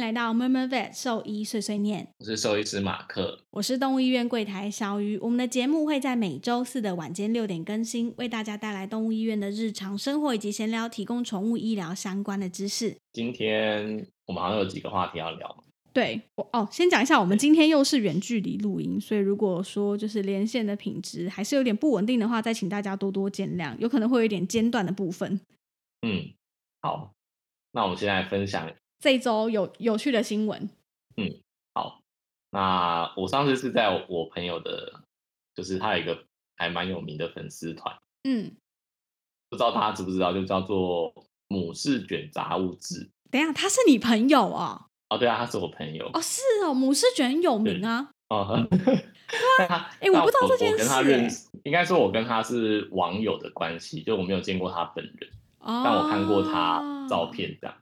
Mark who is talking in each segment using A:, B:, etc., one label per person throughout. A: 来到 Murmur Vet 兽医碎碎念，
B: 我是兽医师马克，
A: 我是动物医院柜台小鱼。我们的节目会在每周四的晚间六点更新，为大家带来动物医院的日常生活以及闲聊，提供宠物医疗相关的知识。
B: 今天我们好像有几个话题要聊嘛，
A: 对，我哦，先讲一下，我们今天又是远距离录音，所以如果说就是连线的品质还是有点不稳定的话，再请大家多多见谅，有可能会有一点间断的部分。
B: 嗯，好，那我们现在分享，
A: 这一周有有趣的新闻，
B: 好，那我上次是在我朋友的，就是他有一个还蛮有名的粉丝团，
A: 嗯，
B: 不知道大家知不知道，就叫做母氏卷杂物志。
A: 等一下，他是你朋友哦？
B: 哦，对啊，他是我朋友
A: 哦，是哦，母狮卷很有名啊，
B: 哦， 但他
A: 诶我
B: 但
A: 不知道这件
B: 我跟他
A: 事
B: 认
A: 诶
B: 识，应该说我跟他是网友的关系，就我没有见过他本人，
A: 哦，
B: 但我看过他照，片这样。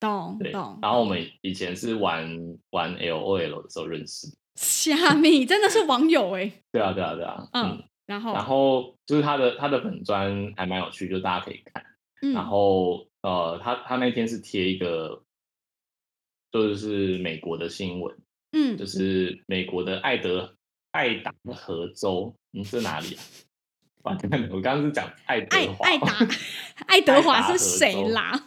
A: 懂
B: 对，
A: 懂。
B: 然后我们以前是玩玩 L O L 的时候认识。
A: 虾米真的是网友哎，
B: 对啊，对啊，对啊。
A: 嗯，然后
B: 然后就是他的他的粉砖还蛮有趣，就大家可以看。
A: 嗯，
B: 然后呃，他他那天是贴一个，就是美国的新闻，
A: 嗯
B: 就，是美国的爱德爱达荷州，嗯，这哪里啊？ 我刚我刚刚是讲爱德
A: 爱
B: 华，
A: 爱 达爱德华
B: 爱达
A: 是
B: 荷
A: 谁
B: 州
A: 啦？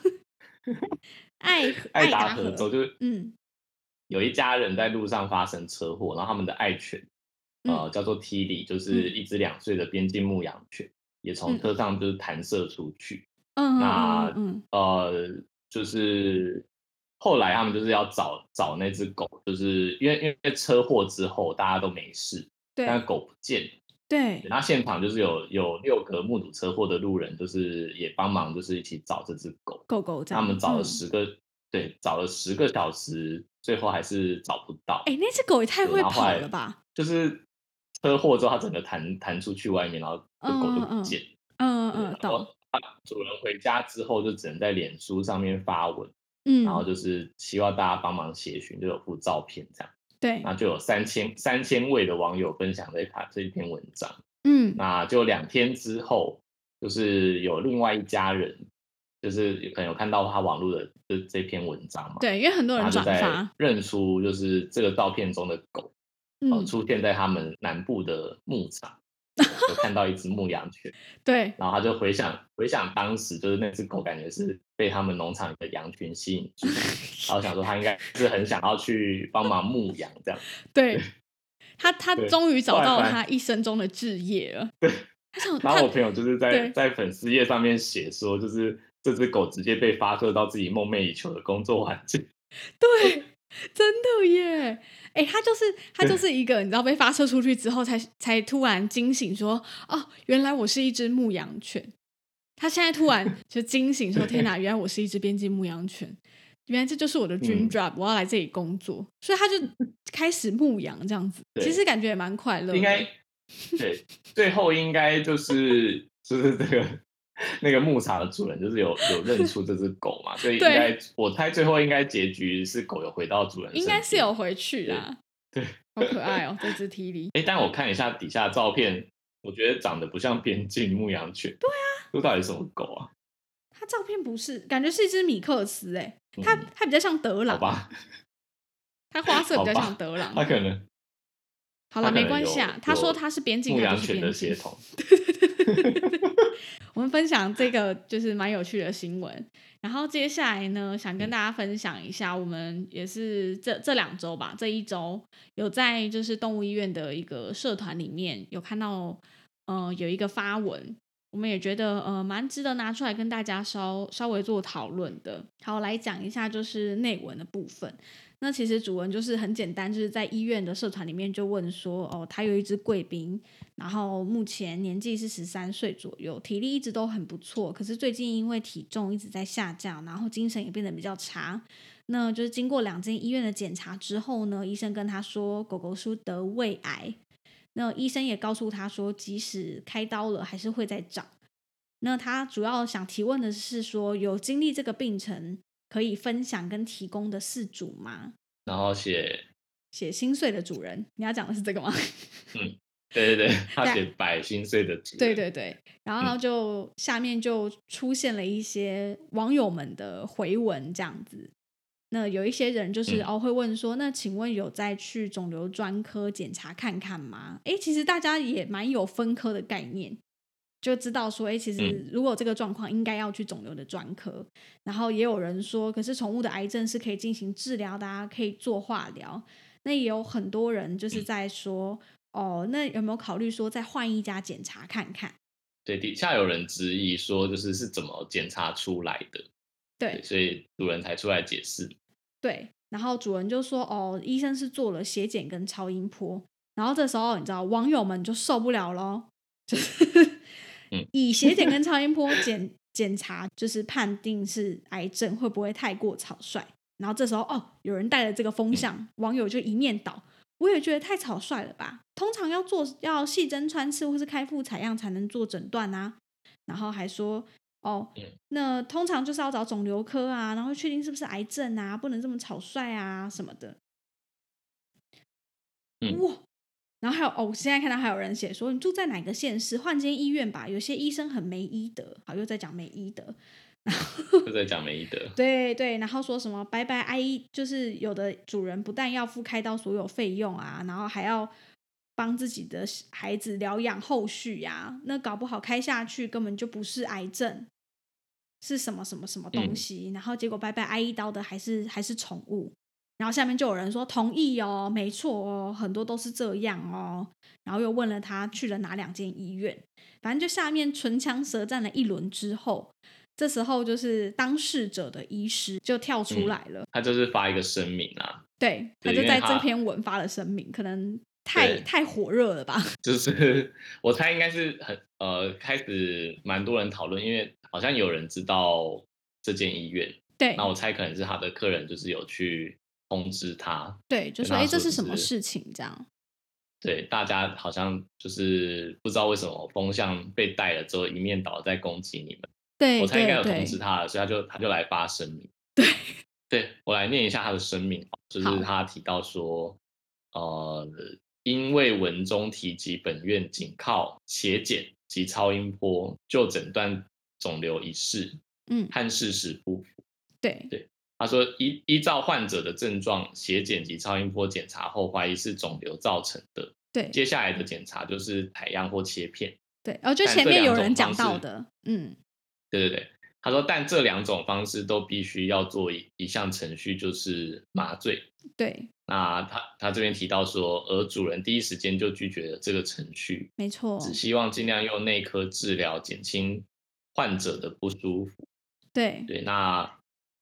A: 爱
B: 爱
A: 达
B: 达荷州，就是
A: 嗯
B: 有一家人在路上发生车祸，然后他们的爱犬，
A: 嗯
B: 呃，叫做 t i 就是一只两岁的边境牧羊犬，也从
A: 嗯
B: 车上就是弹射出去。
A: 嗯
B: 那
A: 嗯嗯
B: 呃，就是后来他们就是要找找那只狗，就是因为因为车祸之后大家都没事，但
A: 对
B: 是狗不见了。
A: 对，
B: 那现场就是有有六个目睹车祸的路人，就是也帮忙就是一起找这只狗。
A: 狗狗这
B: 他
A: 样，
B: 们找了
A: 嗯
B: 十个，对，找了十个小时，最后还是找不到。
A: 哎，那只狗也太
B: 对
A: 会
B: 然后后
A: 跑
B: 来
A: 了吧？
B: 就是车祸之后，它整个弹弹出去外面，然后这狗就不见。
A: 嗯
B: 对
A: 嗯，
B: 然
A: 懂，
B: 后它主人回家之后，就只能在脸书上面发文，
A: 嗯，
B: 然后就是希望大家帮忙协寻，就有附照片这样。
A: 对，
B: 那就有三千三千位的网友分享这一卡这一篇文章。
A: 嗯
B: 那就两天之后，就是有另外一家人，就是可能有看到他网络的这这篇文章嘛，
A: 对，因为很多
B: 然后
A: 人
B: 就
A: 转
B: 在
A: 发，
B: 认出就是这个照片中的狗，呃
A: 嗯，
B: 出现在他们南部的牧 场，有看到一只牧羊犬，
A: 对，
B: 然后他就回想回想当时，就是那只狗感觉是被他们农场的羊群吸引住，然后想说他应该是很想要去帮忙牧羊这样，
A: 对，他他
B: 对
A: 终于找
B: 后来
A: 到了
B: 反
A: 他一生中的志业了。他想
B: 然后我
A: 他
B: 朋友就是 在
A: 对
B: 在粉丝页上面写说，就是这只狗直接被发射到自己梦寐以求的工作环境。
A: 对，真的耶！哎，他就是他
B: 对
A: 就是一个，你知道被发射出去之后才，才突然惊醒说，哦，原来我是一只牧羊犬。他现在突 然就惊醒说，天哪，原来我是一只边境牧羊犬。原来这就是我的 dream
B: 嗯
A: job，、我要来这里工作，所以他就开始牧羊这样子，
B: 对
A: 其实感觉也蛮快乐的。
B: 应该 对，最后应该就是就是这个那个牧场的主人就是有有认出这只狗嘛，所以应
A: 对
B: 该我猜最后应该结局是狗有回到主人，
A: 应该是有。回去啦。
B: 对，
A: 好可爱哦，这只 T 里。
B: 哎，但我看一下底下照片，我觉得长得不像边境牧羊犬。对啊，这到底什么狗啊？
A: 它照片不是，感觉是一只米克斯哎，它
B: 嗯
A: 它比较像德
B: 好
A: 朗，
B: 吧，
A: 它花色比较
B: 好吧
A: 像德 朗。
B: 它可能
A: 好了，
B: 它可能
A: 没关系啊
B: 有。
A: 他说
B: 有
A: 他是边境，
B: 牧
A: 他
B: 羊
A: 就是
B: 犬的
A: 边
B: 血
A: 境。
B: 统。
A: 我们分享这个就是蛮有趣的新闻。然后接下来呢，想
B: 嗯
A: 跟大家分享一下，我们也是这这两周吧，这一周有在就是动物医院的一个社团里面有看到，呃，有一个发文，我们也觉得呃蛮值得拿出来跟大家稍稍微做讨论的。好，来讲一下就是内文的部分。那其实主文就是很简单，就是在医院的社团里面就问说，哦，他有一只贵宾，然后目前年纪是十三岁左右，体力一直都很不错，可是最近因为体重一直在下降，然后精神也变得比较差。那就是经过两间医院的检查之后呢，医生跟他说狗狗是得胃癌，那医生也告诉他说，即使开刀了，还是会再长。那他主要想提问的是说，有经历这个病程可以分享跟提供的事主吗？
B: 然后写
A: 写心碎的主人，你要讲的是这个吗？
B: 对对对，他
A: 对啊
B: 写百心碎的主人嗯
A: 对对对，然后就下面就出现了一些网友们的回文这样子。那有一些人就是、
B: 嗯
A: 哦会问说，那请问有再去肿瘤专科检查看看吗？诶，其实大家也蛮有分科的概念，就知道说，诶，其实
B: 嗯
A: 如果有这个状况应该要去肿瘤的专科。然后也有人说，可是宠物的癌症是可以进行治疗的、啊，可以做化疗。那也有很多人
B: 嗯
A: 就是在说，哦，那有没有考虑说再换一家检查看看？
B: 对，底下有人质疑说，就是是怎么检查出来的？
A: 对
B: 所以主人才出来解释。
A: 对，然后主人就说：“哦，医生是做了血检跟超音波。”然后这时候你知道网友们就受不了喽，就是
B: 嗯
A: 以血检跟超音波检检查，就是判定是癌症会不会太过草率。然后这时候哦，有人带了这个风向，网友就一面倒。我也觉得太草率了吧？通常要做要细针穿刺或是开腹采样才能做诊断啊。然后还说哦
B: 嗯，
A: 那通常就是要找肿瘤科啊，然后确定是不是癌症啊，不能这么草率啊什么的。
B: 嗯
A: 哇！然后还有哦，我现在看到还有人写说你住在哪个县市，换间医院吧。有些医生很没医德，好又在讲没医德。
B: 就在讲梅伊德，
A: 对对，然后说什么拜拜阿姨，就是有的主人不但要付开刀所有费用啊，然后还要帮自己的孩子疗养后续呀、那搞不好开下去根本就不是癌症，是什么什么什么东
B: 嗯
A: 西，然后结果拜拜阿姨刀的还是还是宠物。然后下面就有人说同意哦，没错哦，很多都是这样哦。然后又问了他去了哪两间医院，反正就下面唇枪舌战了一轮之后，这时候就是当事者的医师就跳出来了，
B: 他就是发一个声明啊，
A: 对，他
B: 嗯对
A: 就
B: 因为
A: 在
B: 他
A: 这篇文发了声明，可能太
B: 对
A: 太火热了吧？
B: 就是我猜应该是很呃开始蛮多人讨论，因为好像有人知道这间医院，
A: 对
B: 那我猜可能是他的客人就是有去通知他，
A: 对，就
B: 跟
A: 说
B: 他
A: 哎，这
B: 说
A: 是
B: 就
A: 什么
B: 是
A: 事情？这样
B: 对，大家好像就是不知道为什么风向被带了之后一面倒在攻击你们，
A: 对
B: 我猜应该
A: 对
B: 有通知
A: 对，
B: 他了，所以他就他就来发声明。
A: 对，
B: 对我来念一下他的声明，哦就是
A: 好
B: 他提到说，呃，因为文中提及本院仅靠血检及超音波就诊断肿瘤一事
A: 嗯，
B: 和事实不符。
A: 对
B: 他说依依照患者的症状，血检及超音波检查后怀疑是肿瘤造成的，
A: 对
B: 接下来的检查就是采样或切片。
A: 对，哦，就
B: 但
A: 前
B: 这
A: 面有
B: 两
A: 人
B: 种
A: 讲
B: 方
A: 到
B: 式
A: 的，嗯，
B: 对对对，他说，但这两种方式都必须要做一一项程序，就是麻醉。
A: 对，
B: 那他他这边提到说，而主人第一时间就拒绝了这个程序，
A: 没错，
B: 只希望尽量用内科治疗减轻患者的不舒服。
A: 对
B: 对，那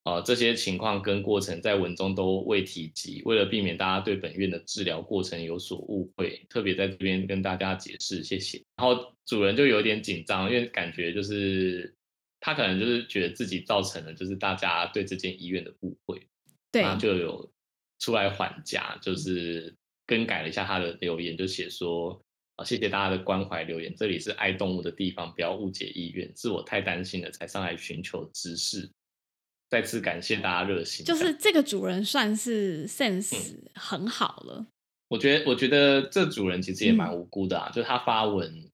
B: 呃这些情况跟过程在文中都未提及，为了避免大家对本院的治疗过程有所误会，特别在这边跟大家解释，谢谢。然后主人就有点紧张，因为感觉就是他可能就是觉得自己造成了就是大家对这间医院的误会。
A: 对嗯
B: 那就有出来缓颊，就是更改了一下他的留言，就写说啊，谢谢大家的关怀留言，这里是爱动物的地方，不要误解医院，是我太担心了才上来寻求知识。再次感谢大家热心，
A: 就是
B: 感
A: 这个主人算
B: 嗯
A: 是 sense 很好了，
B: 我觉得，我觉得这主人其实也蛮
A: 嗯
B: 无辜的啊，就是他发文，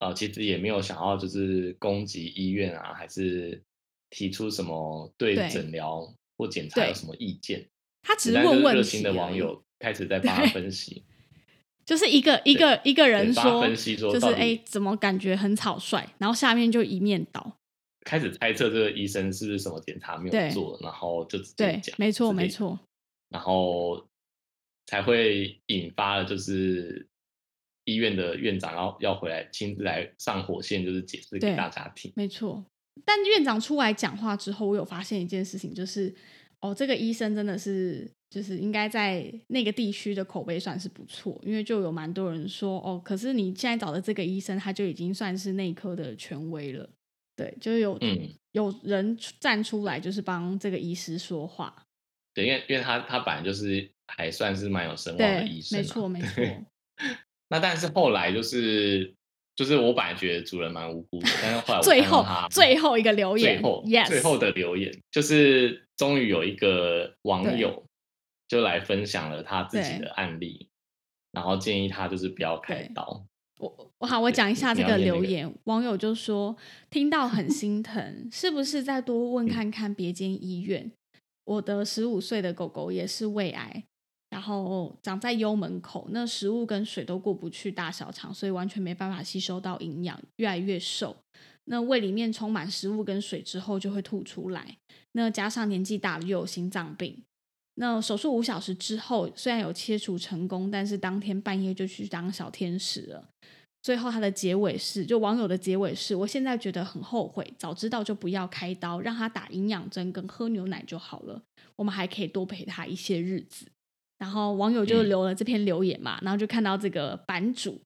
B: 呃，其实也没有想要就是攻击医院啊，还是提出什么对
A: 对
B: 诊疗或检查有
A: 对
B: 什么意见，
A: 他只
B: 只
A: 是
B: 但就是
A: 问问
B: 热
A: 题
B: 心的
A: 而
B: 网
A: 已
B: 友开始在帮他
A: 对
B: 分析，
A: 就是一个一个一个人
B: 对帮他
A: 说，
B: 分析说
A: 就是
B: 到
A: 哎
B: 底、
A: 诶怎么感觉很草率，然后下面就一面倒。
B: 开始猜测这个医生是不是什么检查没
A: 对
B: 有做，然后就直接
A: 对
B: 讲，，
A: 没错，
B: 直接
A: 没
B: 讲，
A: 错，
B: 然后才会引发了就是医院的院长要要回来亲自来上火线，就是解释
A: 对
B: 给大家听。
A: 没错。但院长出来讲话之后，我有发现一件事情，就是哦，这个医生真的是就是应该在那个地区的口碑算是不错，因为就有蛮多人说哦，可是你现在找的这个医生，他就已经算是内科的权威了。对，就是有、
B: 嗯，
A: 有人出站出来，就是帮这个医师说话。
B: 对，因为因为他他本来就是还算是蛮有声望的
A: 对
B: 医，生、
A: 没
B: 啊，
A: 错，没错，
B: 那但是后来就是就是我本来觉得主人蛮无辜的，但是后来我
A: 最
B: 看到
A: 后
B: 他
A: 最后一个留言
B: 最后
A: ，yes，
B: 最后的留言就是终于有一个网
A: 对
B: 友就来分享了他自己
A: 对
B: 的案例，然后建议他就是不要开
A: 对
B: 刀。
A: 我我好，我讲一下这
B: 你要
A: 个
B: 念那
A: 留
B: 个
A: 言，网友就
B: 嗯
A: 说听到很心疼，是不是再多问看看别间医院？我的十五岁的狗狗也是胃癌，然后长在幽门口，那食物跟水都过不去大小肠，所以完全没办法吸收到营养，越来越瘦。那胃里面充满食物跟水之后就会吐出来，那加上年纪大了又有心脏病，那手术五小时之后虽然有切除成功，但是当天半夜就去当小天使了。最后他的结尾是，就网友的结尾是，我现在觉得很后悔，早知道就不要开刀，让他打营养针跟喝牛奶就好了，我们还可以多陪他一些日子。然后网友就
B: 嗯
A: 留了这篇留言嘛，然后就看到这个版主，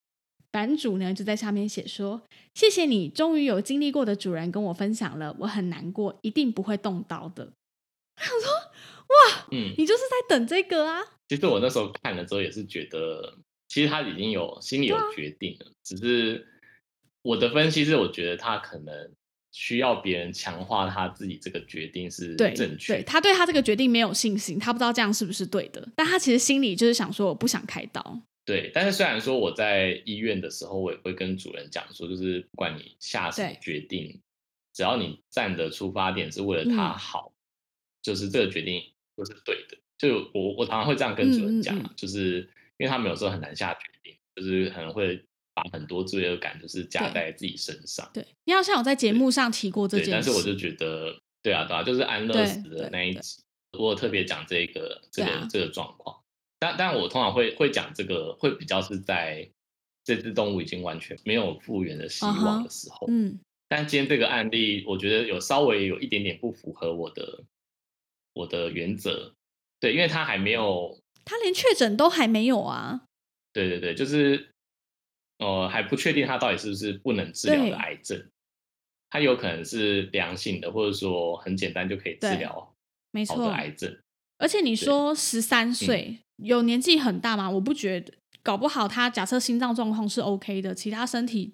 A: 版主呢就在下面写说：“谢谢你，终于有经历过的主人跟我分享了，我很难过，一定不会动刀的。
B: 嗯，
A: 你就是在等这个啊，
B: 其实我那时候看了之后也是觉得，其实他已经有心里有
A: 啊
B: 决定了，只是我的分析是，我觉得他可能需要别人强化他自己这个决定是
A: 对，
B: 正确
A: 对
B: 的。
A: 他对他这个决定没有信心，他不知道这样是不是对的，但他其实心里就是想说，我不想开刀。
B: 对，但是虽然说我在医院的时候，我也会跟主人讲说，就是不管你下什么
A: 对
B: 决定，只要你站的出发点是为了他
A: 嗯
B: 好，就是这个决定都是对的。就我我常常会这样跟
A: 嗯
B: 主
A: 嗯
B: 人讲啊，
A: 嗯
B: 就是因为他们有时候很难下决定，就是可能会把很多罪恶感就是加
A: 对
B: 在自己身上。
A: 对，你好像有在节目上提过这
B: 对，
A: 件
B: 但
A: 事，
B: 是我就觉得，对啊，对啊，就是安乐
A: 对
B: 死
A: 对
B: 的那一
A: 对
B: 集，我有特别讲这个这
A: 对
B: 个、
A: 啊
B: 这个状况。但但我通常会会讲这个，会比较是在这只动物已经完全没有复原的希
A: 啊哈
B: 望的时候。
A: 嗯，
B: 但今天这个案例，我觉得有稍微有一点点不符合我的我的原则，对，因为它还没有，
A: 他连确诊都还没有啊，
B: 对对对，就是呃还不确定它到底是不是不能治疗
A: 对
B: 的癌症，它有可能是良性的，或者说很简单就可以治
A: 对
B: 疗
A: 没
B: 好的嗯
A: 错。
B: 癌症。
A: 而且你说十三岁、有年纪很大吗？我不觉得，搞不好他假设心脏状况是 OK 的，其他身体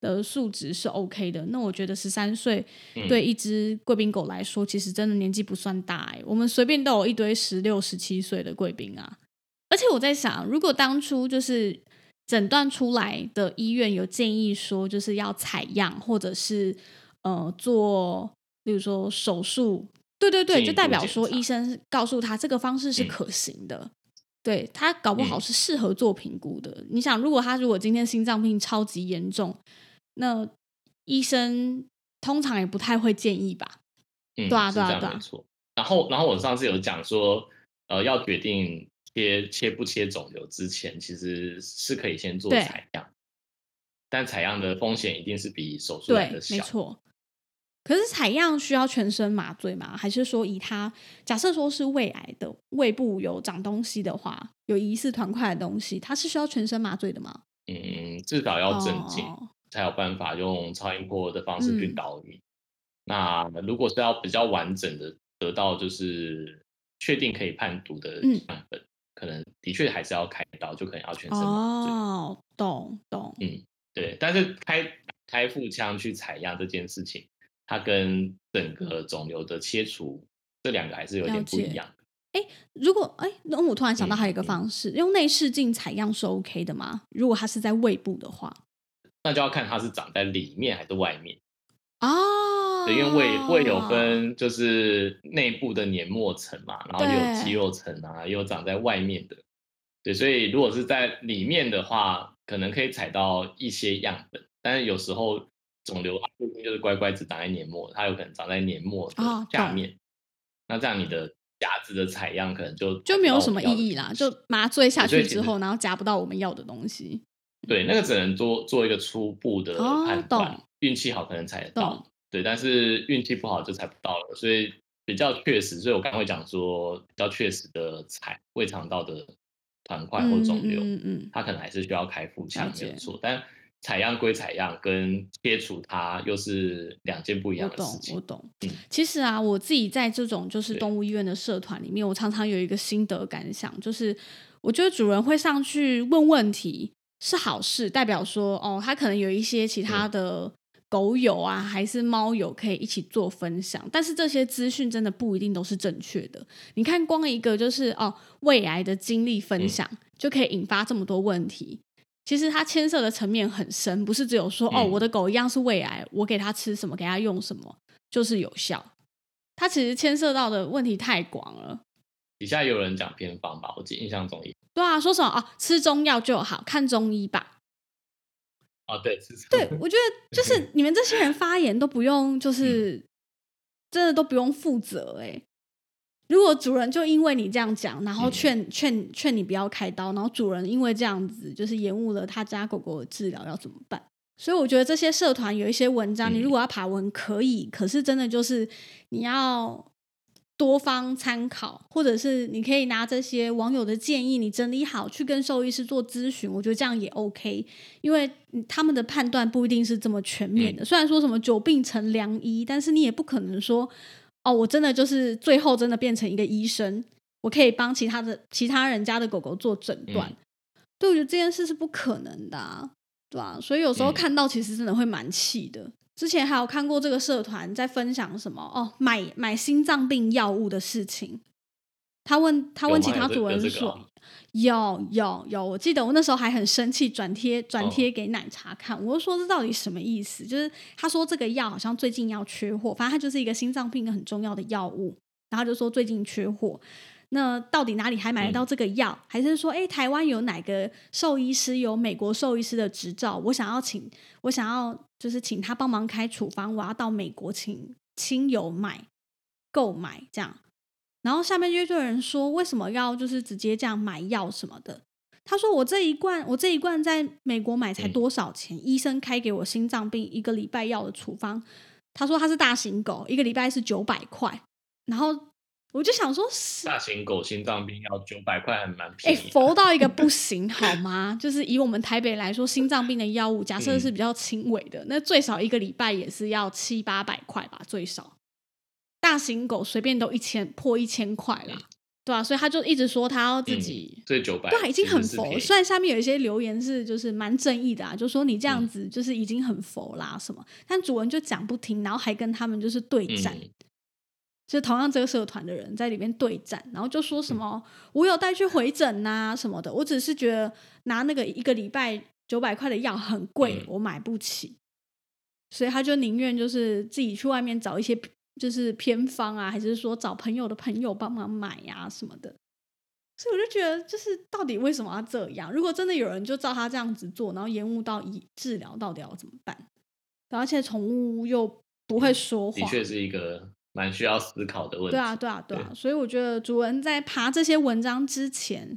A: 的数值是 OK 的，那我觉得十三岁
B: 嗯
A: 对一只贵宾狗来说，其实真的年纪不算大哎、我们随便都有一堆十六、十七岁的贵宾啊。而且我在想，如果当初就是诊断出来的医院有建议说，就是要采样或者是呃做，例如说手术，对对对，
B: 进一
A: 就
B: 步
A: 代表
B: 检
A: 说
B: 查
A: 医生告诉他这个方式是
B: 嗯
A: 可行的。对他搞不好
B: 嗯
A: 是适合做评估的。你想，如果他如果今天心脏病超级严重，那医生通常也不太会建议吧？
B: 嗯，
A: 对啊
B: 是
A: 对啊
B: 这样
A: 对啊
B: 没错。然后，然后我上次有讲说，呃，要决定切切不切肿瘤之前，其实是可以先做
A: 对
B: 采样，但采样的风险一定是比手术来
A: 对
B: 的，
A: 没
B: 小。
A: 错。可是采样需要全身麻醉吗？还是说以他假设说是胃癌的胃部有长东西的话，有疑似团块的东西，它是需要全身麻醉的吗？
B: 嗯，至少要镇静，
A: 哦
B: 才有办法用超音波的方式去
A: 嗯
B: 导引。那如果是要比较完整的得到，就是确定可以判读的
A: 嗯
B: 样本，可能的确还是要开刀，就可能要全身麻醉。
A: 哦，懂懂，
B: 对，但是开开腹腔去采样这件事情，它跟整个肿瘤的切除这两个还是有
A: 了
B: 点不
A: 解
B: 一样的。
A: 如果哎，那我突然想到
B: 嗯
A: 还有一个
B: 嗯
A: 方式，用内视镜采样是 OK 的吗？如果它是在胃部的话，
B: 那就要看它是长在里面还是外面。
A: 哦，
B: 对，因为胃胃有分就是内部的黏膜层嘛，然后也有肌
A: 对
B: 肉层啊，也有长在外面的。对，所以如果是在里面的话，可能可以采到一些样本，但是有时候肿瘤它不一定就是乖乖只长在黏膜，它有可能长在黏膜的
A: 哦
B: 下
A: 懂
B: 面。那这样你的夹子的采样可能就
A: 就没有什么意义啦，
B: 了。
A: 就麻醉下
B: 所以
A: 去
B: 其
A: 之
B: 实
A: 后，然后夹不到我们要的东西。
B: 对，那个只能做做一个初步的
A: 哦
B: 判断，
A: 懂
B: 运气好可能踩得
A: 懂
B: 到，对，但是运气不好就踩不到了，所以比较确实，所以我刚刚会讲说，比较确实的踩胃肠道的团块或肿瘤，
A: 嗯嗯嗯，
B: 它可能还是需要开腹腔没
A: 解
B: 有错，但采样归采样，跟切除它又是两件不一
A: 我
B: 样的事
A: 懂我
B: 情。
A: 懂
B: 嗯。
A: 其实啊，我自己在这种就是
B: 对
A: 动物医院的社团里面，我常常有一个心得感想，就是我觉得主人会上去问问题是好事，代表说哦，他可能有一些其他的。狗友啊，还是猫友可以一起做分享，但是这些资讯真的不一定都是正确的。你看，光一个就是哦，胃癌的经历分
B: 嗯
A: 享、就可以引发这么多问题。其实它牵涉的层面很深，不是只有说、哦，
B: 嗯
A: 我的狗一样是胃癌，我给它吃什么，给它用什么，就是有效。它其实牵涉到的问题太广了。
B: 底下有人讲偏方吧，我记印象中也
A: 对啊，说什么啊，吃中药就好，看中医吧。
B: 啊，对，是这
A: 对
B: 样，
A: 我觉得就是你们这些人发言都不用，就是、真的都不用负责哎、如果主人就因为你这样讲，然后
B: 嗯
A: 劝、劝劝你不要开刀，然后主人因为这样子就是延误了他家狗狗的治疗，要怎么办？所以我觉得这些社团有一些文章，
B: 嗯
A: 你如果要爬文可以，可是真的就是你要多方参考，或者是你可以拿这些网友的建议，你整理好去跟兽医师做咨询，我觉得这样也 OK，因为嗯他们的判断不一定是这么全
B: 嗯
A: 面的。虽然说什么久病成良医，但是你也不可能说哦，我真的就是最后真的变成一个医生，我可以帮其他的其他人家的狗狗做诊断。
B: 嗯
A: 对，我觉得这件事是不可能的、啊，对吧、所以有时候
B: 嗯
A: 看到其实真的会蛮气的。之前还有看过这个社团在分享什么哦，买买心脏病药物的事情。他问他
B: 有
A: 问
B: 吗
A: 其
B: 有
A: 他
B: 这
A: 主
B: 有
A: 人
B: 这个
A: 说
B: 啊，
A: 有有有，我记得我那时候还很生气，转贴转
B: 哦
A: 贴给奶茶看，我就说这到底什么意思？就是他说这个药好像最近要缺货，反正它就是一个心脏病很重要的药物，然后就说最近缺货。那到底哪里还买得到这个药？还是说，诶，台湾有哪个兽医师有美国兽医师的执照？我想要请，我想要就是请他帮忙开处方，我要到美国请亲友买购买这样。然后下面就有人说，为什么要就是直接这样买药什么的？他说我这一罐，我这一罐在美国买才
B: 嗯
A: 多少钱？医生开给我心脏病一个礼拜药的处方，他说他是大型狗，一个礼拜是九百块。然后我就想说，是
B: 大型狗心脏病要九百块，还蛮
A: 哎、
B: 便宜的。啊
A: 佛到一个 不行好吗？就是以我们台北来说，心脏病的药物，假设
B: 嗯
A: 是比较轻微的，那最少一个礼拜也是要七八百块吧，最少。大型狗随便都一千破一千块啦，
B: 嗯
A: 对啊，所以他就一直说他要自己，
B: 所以九百
A: 对啊，已经很佛
B: 佛
A: 了。虽然下面有一些留言是就是蛮正义的啊，就说你这样子就是已经很佛啦什么，但主人就讲不听，然后还跟他们就是对战。
B: 嗯
A: 就是同样这个社团的人在里面对战，然后就说
B: 嗯
A: 什么、我有带去回诊呐、什么的，我只是觉得拿那个一个礼拜九百块的药很贵，
B: 嗯
A: 我买不起，所以他就宁愿就是自己去外面找一些就是偏方啊，还是说找朋友的朋友帮忙买呀、什么的。所以我就觉得，就是到底为什么要这样？如果真的有人就照他这样子做，然后延误到医治疗，到底要怎么办？对而且宠物又不会说话，
B: 嗯的确是一个蛮需要思考的问题。
A: 对啊，对啊，对啊。所以我觉得主人在爬这些文章之前，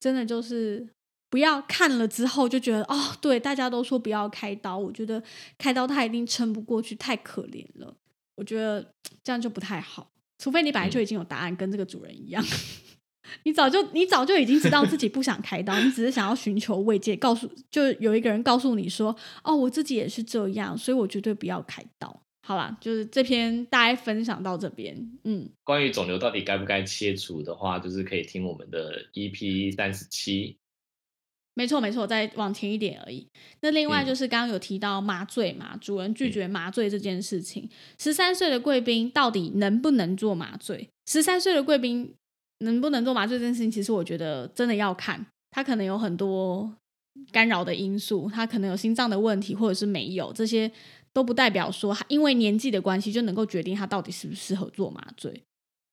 A: 真的就是不要看了之后就觉得哦，对，大家都说不要开刀，我觉得开刀他一定撑不过去，太可怜了。我觉得嘖这样就不太好，除非你本来
B: 嗯
A: 就已经有答案，跟这个主人一样。 你早就你早就已经知道自己不想开刀，你只是想要寻求慰藉，告诉就有一个人告诉你说，哦，我自己也是这样，所以我绝对不要开刀。好啦，就是这篇大概分享到这边，嗯，
B: 关于肿瘤到底该不该切除的话，就是可以听我们的 EP 三十七。
A: 没错，没错，再往前一点而已。那另外
B: 嗯
A: 就是刚刚有提到麻醉嘛，主人拒绝麻醉这件事情，十三岁的贵宾到底能不能做麻醉？十三岁的贵宾能不能做麻醉这件事情，其实我觉得真的要看，他可能有很多干扰的因素，他可能有心脏的问题，或者是没有，这些都不代表说他因为年纪的关系就能够决定他到底适不适合做麻醉。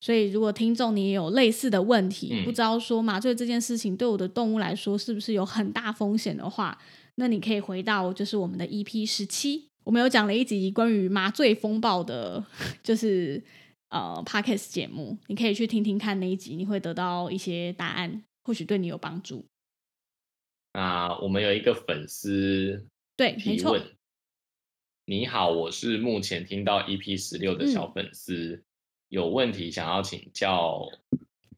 A: 所以，如果听众你也有类似的问题，
B: 嗯
A: 不知道说麻醉这件事情对我的动物来说是不是有很大风险的话，那你可以回到就是我们的 EP 十七，我们有讲了一集关于麻醉风暴的，就是呃 Podcast 节目，你可以去听听看那一集，你会得到一些答案，或许对你有帮助。
B: 那我们有一个粉丝
A: 对，没
B: 提
A: 错
B: 问，：“你好，我是目前听到 EP 十六的
A: 嗯
B: 小粉丝，有问题想要请教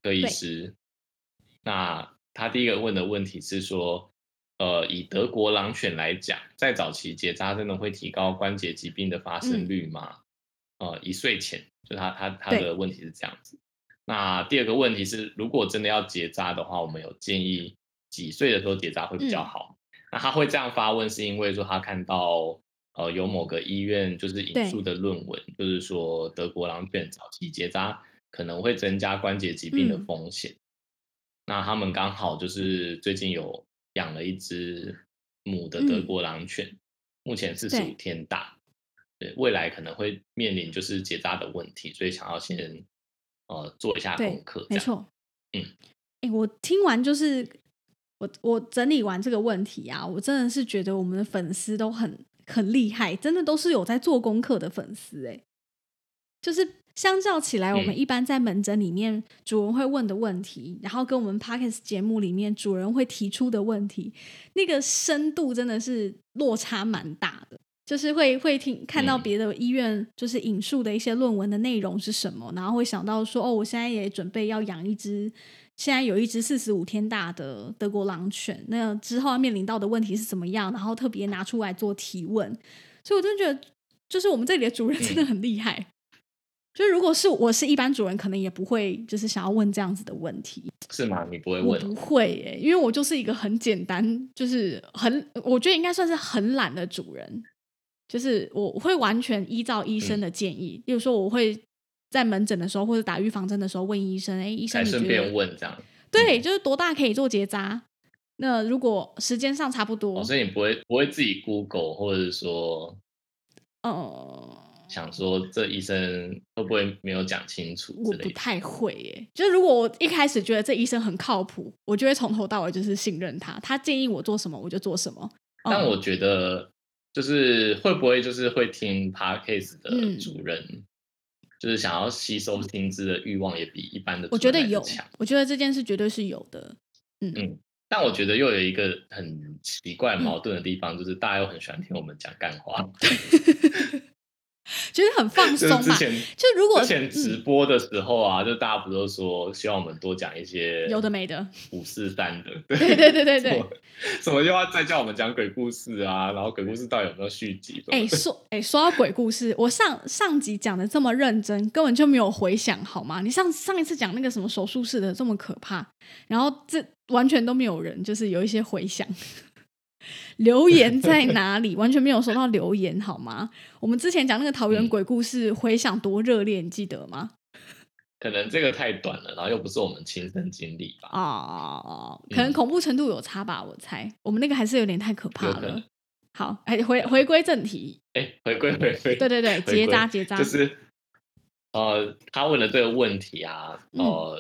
B: 柯医
A: 对
B: 师。那他第一个问的问题是说，呃，以德国狼犬来讲，在早期结扎真的会提高关节疾病的发生
A: 嗯
B: 率吗？呃，一岁前，就他他他
A: 对
B: 的问题是这样子。那第二个问题是，如果真的要结扎的话，我们有建议几岁的时候结扎会比较
A: 嗯
B: 好？那他会这样发问，是因为说他看到呃有某个医院就是
A: 对
B: 引述的论文，就是说德国狼犬早期结扎可能会增加关节疾病的
A: 嗯
B: 风险。那他们刚好就是最近有养了一只母的德
A: 嗯
B: 国狼犬，目前四十五
A: 对
B: 天大。对未来可能会面临就是结扎的问题，所以想要先呃做一下
A: 对
B: 功课，这
A: 没
B: 样。
A: 错。
B: 嗯
A: 诶，我听完就是我我整理完这个问题啊，我真的是觉得我们的粉丝都很很厉害，真的都是有在做功课的粉丝诶，就是相较起来，我们
B: 嗯
A: 一般在门诊里面主人会问的问题，然后跟我们 podcast 节目里面主人会提出的问题，那个深度真的是落差蛮大的。就是会会听看到
B: 嗯
A: 别的医院就是引述的一些论文的内容是什么，然后会想到说哦，我现在也准备要养一只，现在有一只四十五天大的德国狼犬，那之后要面临到的问题是怎么样，然后特别拿出来做提问，所以我真的觉得，就是我们这里的主人真的很厉害。就是如果是我是一般主人，可能也不会就是想要问这样子的问题。
B: 是吗？你不会
A: 我
B: 问
A: 不
B: 哦？
A: 会耶、因为我就是一个很简单，就是很，我觉得应该算是很懒的主人，就是我会完全依照医
B: 嗯
A: 生的建议，例如说我会在门诊的时候或者打预防针的时候问医生，哎、医生
B: 还
A: 你觉
B: 顺便
A: 得
B: 问这样。
A: 对，就是多大可以做结扎？那如果时间上差不多
B: 哦，，所以你不会不会自己 Google，或者是说
A: 呃，
B: 想说这医生会不会没有讲清楚
A: 我
B: 之
A: 不
B: 类的？
A: 太会耶，就是如果我一开始觉得这医生很靠谱，我就会从头到尾就是信任他，他建议我做什么我就做什么。
B: 但
A: 嗯
B: 我觉得就是会不会就是会听 podcast 的
A: 嗯
B: 主人，就是想要吸收新知的欲望也比一般的
A: 我
B: 主
A: 觉
B: 人
A: 得
B: 来得
A: 有
B: 强。，嗯
A: 我觉得这件事绝对是有的。嗯
B: 但我觉得又有一个很奇怪矛盾的地方，就是大家又很喜欢听我们讲干话，
A: 就是很放
B: 就
A: 松
B: 是之
A: 嘛。
B: 前
A: 就如果
B: 之前直
A: 嗯、
B: 播的时候啊，就大家不都说希望我们多讲一些
A: 有的没的，
B: 五四三 的，
A: 对对对对
B: 什
A: 对
B: 么，什么又要再叫我们讲鬼故事啊，然后鬼故事到底有没有续集？
A: 哎、说哎、说到鬼故事，我上上集讲的这么认真，根本就没有回想好吗？你上上一次讲那个什么手术室的这么可怕，然后这完全都没有人，就是有一些回响。 留言 在哪里？完全没有收到留言，好吗？我们之前讲那个桃园
B: 嗯
A: 鬼故事，回响多热烈，你记得吗？
B: 可能这个太短了，然后又不是我们亲身经历吧，
A: 哦，可能
B: 嗯
A: 恐怖程度有差吧，我猜。我们那个还是有点太可怕
B: 有可
A: 了
B: 能。
A: 好，哎，回回归正题，
B: 哎，回归回归，
A: 对对对，
B: 回
A: 结
B: 归
A: 扎结扎，
B: 就是呃，他问的这个问题啊，
A: 嗯
B: 呃，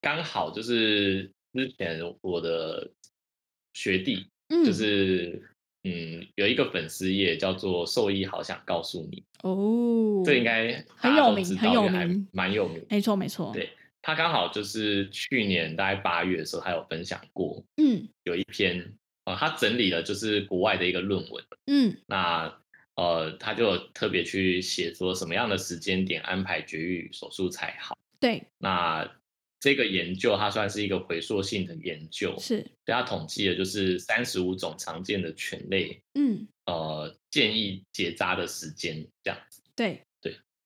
B: 刚好就是之前我的学弟，
A: 嗯，
B: 就是嗯有一个粉丝页叫做“兽医好想告诉你
A: 哦”，，
B: 这应该
A: 很
B: 大家
A: 有
B: 都
A: 名
B: 知
A: 很
B: 道
A: 有
B: 因为还
A: 名
B: 蛮有名。
A: 没错没错，
B: 对他刚好就是去年大概八月的时候，他有分享过
A: 嗯
B: 有一篇，呃，他整理了就是国外的一个论文，
A: 嗯
B: 那呃，他就有特别去写说什么样的时间点安排绝育手术才好。
A: 对
B: 那这个研究它算是一个回溯性的研究，
A: 是
B: 对它统计的就是三十五种常见的犬类，
A: 嗯
B: 呃，建议结扎的时间这样子。
A: 对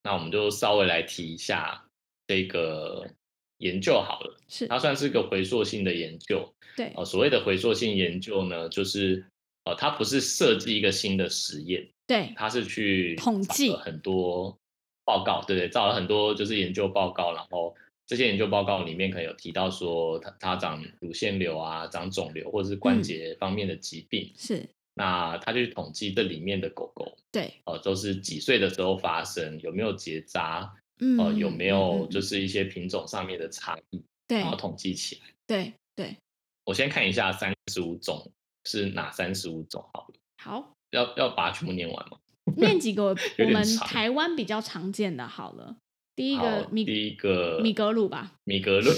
B: 那我们就稍微来提一下这个研究好了，
A: 是
B: 它算是个回溯性的研究。
A: 对
B: 呃，所谓的回溯性研究呢，就是呃，它不是设计一个新的实验，
A: 对
B: 它是去
A: 统
B: 找了
A: 计
B: 很多报告，对对，找了很多就是研究报告，然后这些研究报告里面可能有提到说它它长乳腺瘤啊、长肿瘤或者是关
A: 嗯
B: 节方面的疾病，
A: 是，
B: 那他就去统计这里面的狗狗
A: 对
B: 呃都是几岁的时候发生，有没有结扎，
A: 嗯
B: 呃有没有就是是一些品种上面的差异，
A: 对
B: 然后统计起来。
A: 对对
B: 我先看一下三十五种是哪三十五种好了，
A: 好。
B: 要要把它全部念完吗？
A: 念几个我
B: 点
A: 们
B: 长
A: 台湾比较常见的，好了，第一个
B: 好
A: 米
B: 第一个
A: 米格鲁吧，
B: 米格鲁，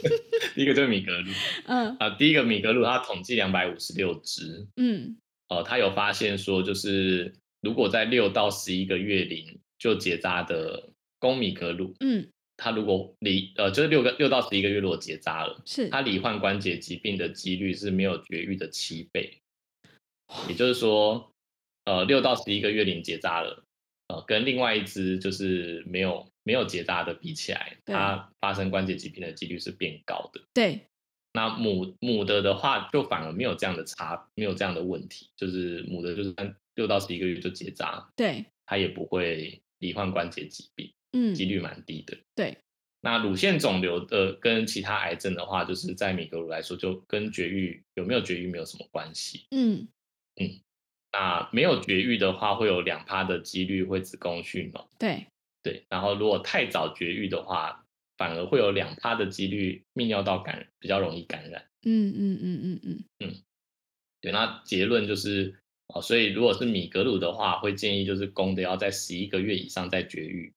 B: 第一个就是米格鲁
A: 嗯
B: 啊、第一个米格鲁，它统计两百五十六只，
A: 嗯
B: 呃，它有发现说，就是如果在六到十一个月龄就结扎的公米格鲁，
A: 嗯
B: 它如果离呃就是六个六到十一个月如果结扎了，
A: 是
B: 它罹患关节疾病的几率是没有绝育的七倍，也就是说，呃，六到十一个月龄结扎了，呃，跟另外一只就是没有没有结扎的比起来，
A: 对
B: 它发生关节疾病的几率是变高的。
A: 对
B: 那母母的的话，就反而没有这样的差，没有这样的问题，就是母的就是六到十一个月就结扎，
A: 对
B: 它也不会罹患关节疾病，
A: 嗯
B: 几率蛮低的。
A: 对
B: 那乳腺肿瘤的跟其他癌症的话，就是嗯在米格鲁来说，就跟绝育有没有绝育没有什么关系。
A: 嗯
B: 那没有绝育的话，会有两趴的几率会子宫蓄脓。
A: 对，
B: 对，然后如果太早绝育的话，反而会有两趴的几率泌尿道感染，比较容易感染。
A: 嗯嗯嗯嗯嗯，
B: 对，那结论就是，哦，所以如果是米格鲁的话，会建议就是公的要在十一个月以上再绝育，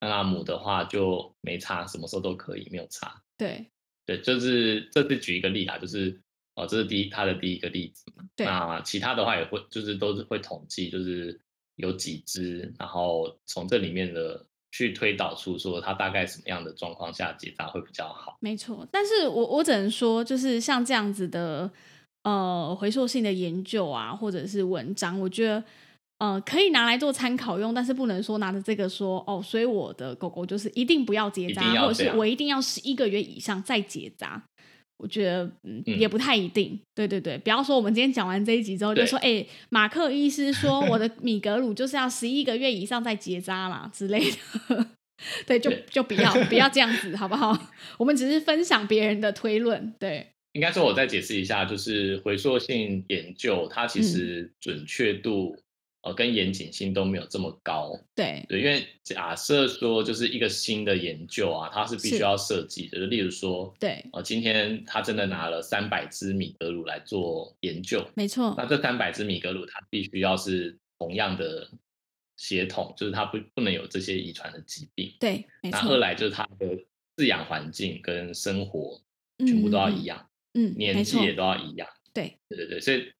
B: 那母的话就没差，什么时候都可以，没有差。
A: 对
B: 对，就是这是举一个例啦，就是哦，这是第一他的第一个例子嘛。
A: 对
B: 那其他的话也会就是都是会统计，就是有几只，然后从这里面的去推导出说它大概什么样的状况下结扎会比较好。
A: 没错。但是我我只能说，就是像这样子的呃回溯性的研究啊，或者是文章，我觉得。呃，可以拿来做参考用，但是不能说拿着这个说哦，所以我的狗狗就是一定不要结
B: 一
A: 扎
B: 定，
A: 或
B: 要
A: 者是
B: 这样
A: 我一定要十一个月以上再结扎。我觉得嗯
B: 嗯
A: 也不太一定，对对对，不要说我们今天讲完这一集之后就
B: 对
A: 说，哎、马克医师 说我的米格鲁就是要十一个月以上再结扎啦之类的， 对，就
B: 对
A: 就不要不要这样子，好不好？ 我们只是分享别人的推论，对
B: 应该说，我再解释一下，就是回溯性研究，它其
A: 嗯
B: 实准确度、呃跟严谨性都没有这么高。
A: 对
B: 对，因为假设说就是一个新的研究啊，它是必须
A: 是
B: 要设计的，就例如说
A: 对，
B: 呃，今天他真的拿了三百只米格鲁来做研究，
A: 没错
B: 那，这三百只米格鲁它必须要是同样的血统，就是它不不能有这些遗传的疾病。
A: 对，没
B: 那二
A: 错，
B: 来就是它的饲养环境跟生活
A: 嗯
B: 全部都要一，样，
A: 嗯，嗯
B: 年
A: 没
B: 纪
A: 错，
B: 也都要一样。
A: 对，
B: 对对对，所以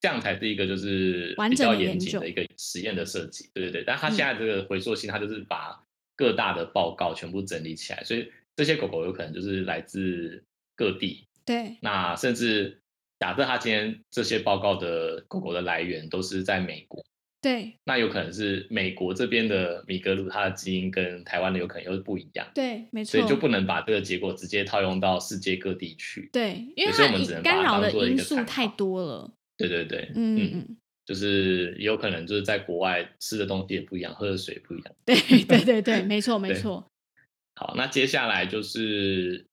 B: 这样才是一个就是
A: 完
B: 比
A: 整
B: 较
A: 的研
B: 严谨
A: 究
B: 的一个实验的设计。对对对，但它
A: 嗯
B: 现在这个回溯性，它就是把各大的报告全部整理起来，所以这些狗狗有可能就是来自各地，
A: 对
B: 那甚至假设它今天这些报告的狗狗的来源都是在美国，
A: 对
B: 那有可能是美国这边的米格鲁它的基因跟台湾的有可能又不一样，
A: 对，没
B: 所
A: 错
B: 以，就不能把这个结果直接套用到世界各地去。
A: 对，因为
B: 对所以
A: 它
B: 我们只
A: 引
B: 能
A: 干
B: 把它
A: 扰
B: 当
A: 的
B: 做一
A: 因
B: 个
A: 素
B: 参
A: 太
B: 考
A: 多了，
B: 对对对，
A: 嗯嗯，
B: 就是有可能就是在国外吃的东西也不一样，喝的水也不一样。
A: 对对对对，没错没
B: 对
A: 错，
B: 好，那接下来就是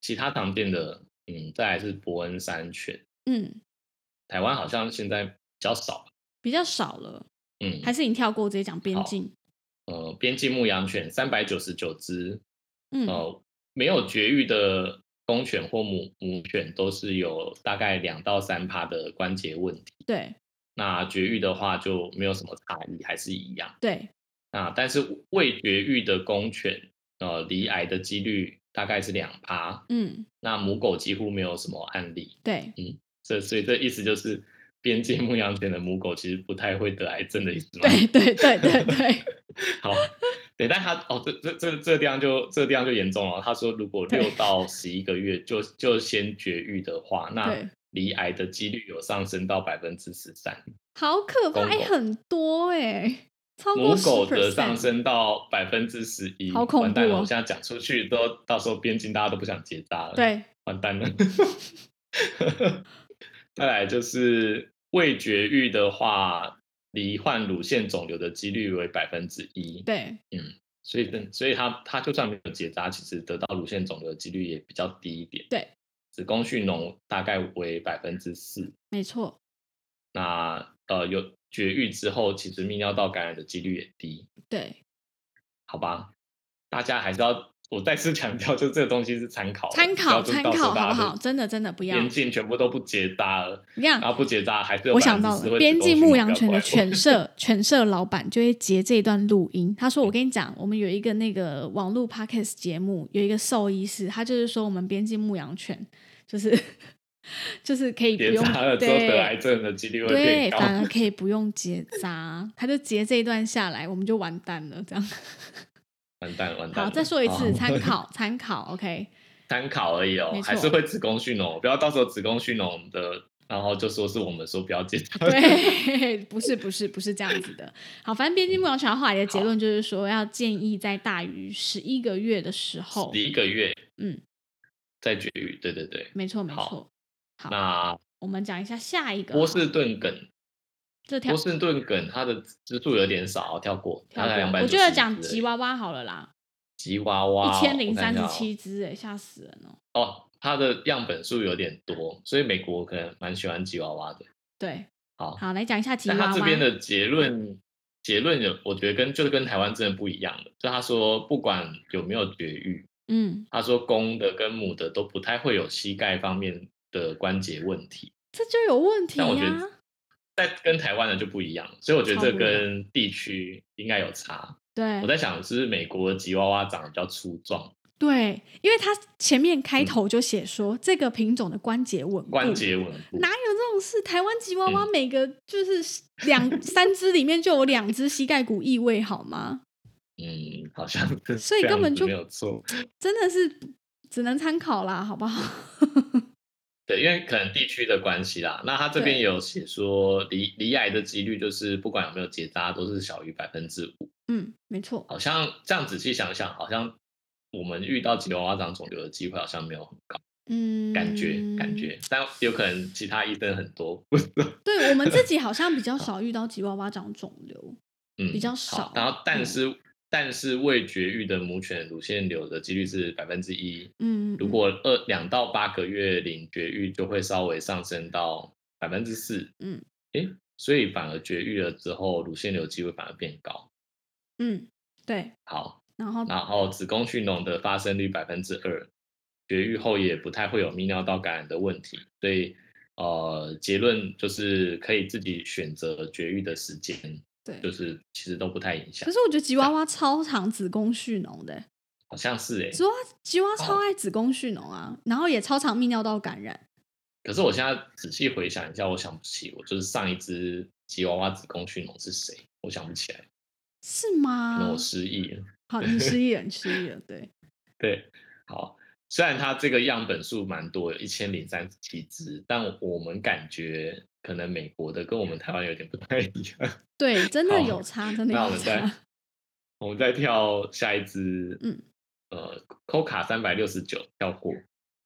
B: 其他常见的，嗯，再来是伯恩山犬，
A: 嗯，
B: 台湾好像现在比较少，
A: 比较少了，
B: 嗯，
A: 还是你跳过直接讲边
B: 好
A: 境，
B: 呃，边境牧羊犬三百九十九只，
A: 嗯，
B: 呃，没有绝育的公犬或母母犬都是有大概两到三趴的关节问题，
A: 对
B: 那绝育的话就没有什么差异，还是一样。
A: 对，
B: 啊，但是未绝育的公犬，呃，离癌的几率大概是两趴，
A: 嗯
B: 那母狗几乎没有什么案例。
A: 对，
B: 这所以这意思就是，边境牧羊犬的母狗其实不太会得癌症的意思吗？
A: 对对对 对对，
B: 好，对，但他哦，这这这这个地方就这个地方就严重了。他说，如果
A: 对
B: 六到十一个月就就先绝育的话，那
A: 对
B: 离癌的几率有上升到百分之十三，
A: 好可怕，
B: 公
A: 哎、
B: 狗
A: 很多哎、超
B: 母
A: 过十
B: 狗的上
A: percent，
B: 升到百分之十一，
A: 好恐
B: 完蛋
A: 怖
B: 了！
A: 哦
B: 我现在讲出去都到时候边境大家都不想结扎了，，
A: 对
B: 完蛋了。 再来就是未绝育的话，罹患乳腺肿瘤的几率为百分之一，
A: 对
B: 所以等所以它它就算没有结扎，其实得到乳腺肿瘤的几率也比较低一点。
A: 对，
B: 子宫蓄脓大概为百分之四，
A: 没错，
B: 那呃有绝育之后，其实泌尿道感染的几率也低。
A: 对，
B: 好吧，大家还是要我再次强调，就这个东西是参考的，
A: 参
B: 不
A: 考
B: 要就
A: 参
B: 到时候
A: 考好
B: 大
A: 不
B: 家都
A: 好？真的真的不要，
B: 边境全部都不结扎了，
A: 你看
B: 然后不结扎还是有
A: 我想
B: 百
A: 到
B: 分之四
A: 了
B: 会
A: 边
B: 子宫
A: 境
B: 蓄脓
A: 牧羊犬的
B: 不要怪
A: 犬 舍，犬舍老板就会截这一段录音。他
B: 嗯
A: 说：“我跟你讲，我们有一个那个网络 podcast 节目，有一个兽医师，他就是说我们边境牧羊犬就是 就是可以
B: 我
A: 不
B: 结
A: 用
B: 扎了之后得癌
A: 对
B: 症的几率会变
A: 对，
B: 高。
A: 反而可以不用结扎。他就截这一段下来，我们就完蛋了。这样
B: 完蛋完蛋了！
A: 好，再说一次，
B: 好
A: 参考参考，OK，
B: 参考而已哦
A: 没，
B: 还
A: 错
B: 是会子宫蓄脓，不要到时候子宫蓄脓的，然后就说是我们说不要结扎。
A: 对，不是不是不是这样子的。好，反正边境牧羊犬后来的结论就是说，要建议在大于十一个月的时候，
B: 一个月，
A: 嗯，
B: 再绝育，对对对。
A: 没错没
B: 好
A: 错。好
B: 那
A: 我们讲一下下一个
B: 波
A: 好
B: 士顿梗，
A: 这条
B: 波，士顿梗它的支数有点少，哦跳过，
A: 跳
B: 它才两
A: 过
B: 百。
A: 我觉得讲吉娃娃好了啦，
B: 吉娃娃哦
A: 一千零三十
B: 我看一下
A: 七只哎，吓死人哦。
B: 哦哦，它的样本数有点多，所以美国可能蛮喜欢吉娃娃的。
A: 对，
B: 好，
A: 好，来讲一下吉
B: 但
A: 娃
B: 他
A: 娃。
B: 这边的结论，结论有，我觉得跟就是跟台湾真的不一样的。就他说，不管有没有绝育，
A: 嗯，
B: 他说公的跟母的都不太会有膝盖方面的关节问题，
A: 这就有问题
B: 但我觉
A: 呀、
B: 得在跟台湾的就不一样，所以我觉得
A: 超
B: 这
A: 不一样
B: 跟地区应该有差。
A: 对
B: 我，在想，是不是美国的吉娃娃长得比较粗壮，
A: 对，因为他前面开头就写说、这个品种的关节稳固，
B: 嗯关节嗯稳固
A: 哪？有这种事？台湾吉娃娃每个就是两三只里面就有两只膝盖骨异位，好吗？
B: 嗯，好像是
A: 所以
B: 这样
A: 根本
B: 子
A: 就
B: 没有错。
A: 真的是只能参考啦，好不好？
B: 对，因为可能地区的关系啦。那他这边
A: 对
B: 也有写说，离离癌的几率就是不管有没有结扎，都是小于百分之五。
A: 嗯，没错，
B: 好像这样仔细想想，好像我们遇到吉娃娃长肿瘤的机会好像没有很高，
A: 嗯，
B: 感觉、感。觉。但有可能其他医生很多，
A: 对我们自己好像 比较少遇到吉娃娃长肿瘤，
B: 嗯，
A: 比较
B: 好
A: 少
B: 然后但
A: 嗯
B: 是、但是未绝育的母犬乳腺瘤的几率是百分之一，
A: 嗯，
B: 如果二两到八个月龄绝育，就会稍微上升到百分之四。
A: 嗯，
B: 诶，所以反而绝育了之后，乳腺瘤机会反而变高。
A: 嗯，嗯对，
B: 好，
A: 然后
B: 然后子宫蓄脓的发生率百分之二，绝育后也不太会有泌尿道感染的问题。所以，呃，结论就是可以自己选择绝育的时间，
A: 对，
B: 就是其实都不太影响
A: 可。是我觉得吉娃娃超常子宫蓄脓的欸，
B: 好像是欸诶，
A: 吉娃吉娃超爱子宫蓄脓啊，
B: 哦
A: 然后也超常泌尿道感染。
B: 可是我现在仔细回想一下，我想不起我就是上一只吉娃娃子宫蓄脓是谁，我想不起来，
A: 是
B: 可能
A: 吗
B: 我？失忆了。
A: 好，你失忆了，你失忆了。对，
B: 对，好，虽然它这个样本数蛮多的，一千零三十七只，但我们感觉可能美国的跟我们台湾有点不太一样。
A: 对，真的
B: 好
A: 有差，真的
B: 哦那我
A: 有
B: 们再
A: 差。
B: 我们再跳下一只，
A: 嗯，
B: 呃，Coca 三百六十九跳过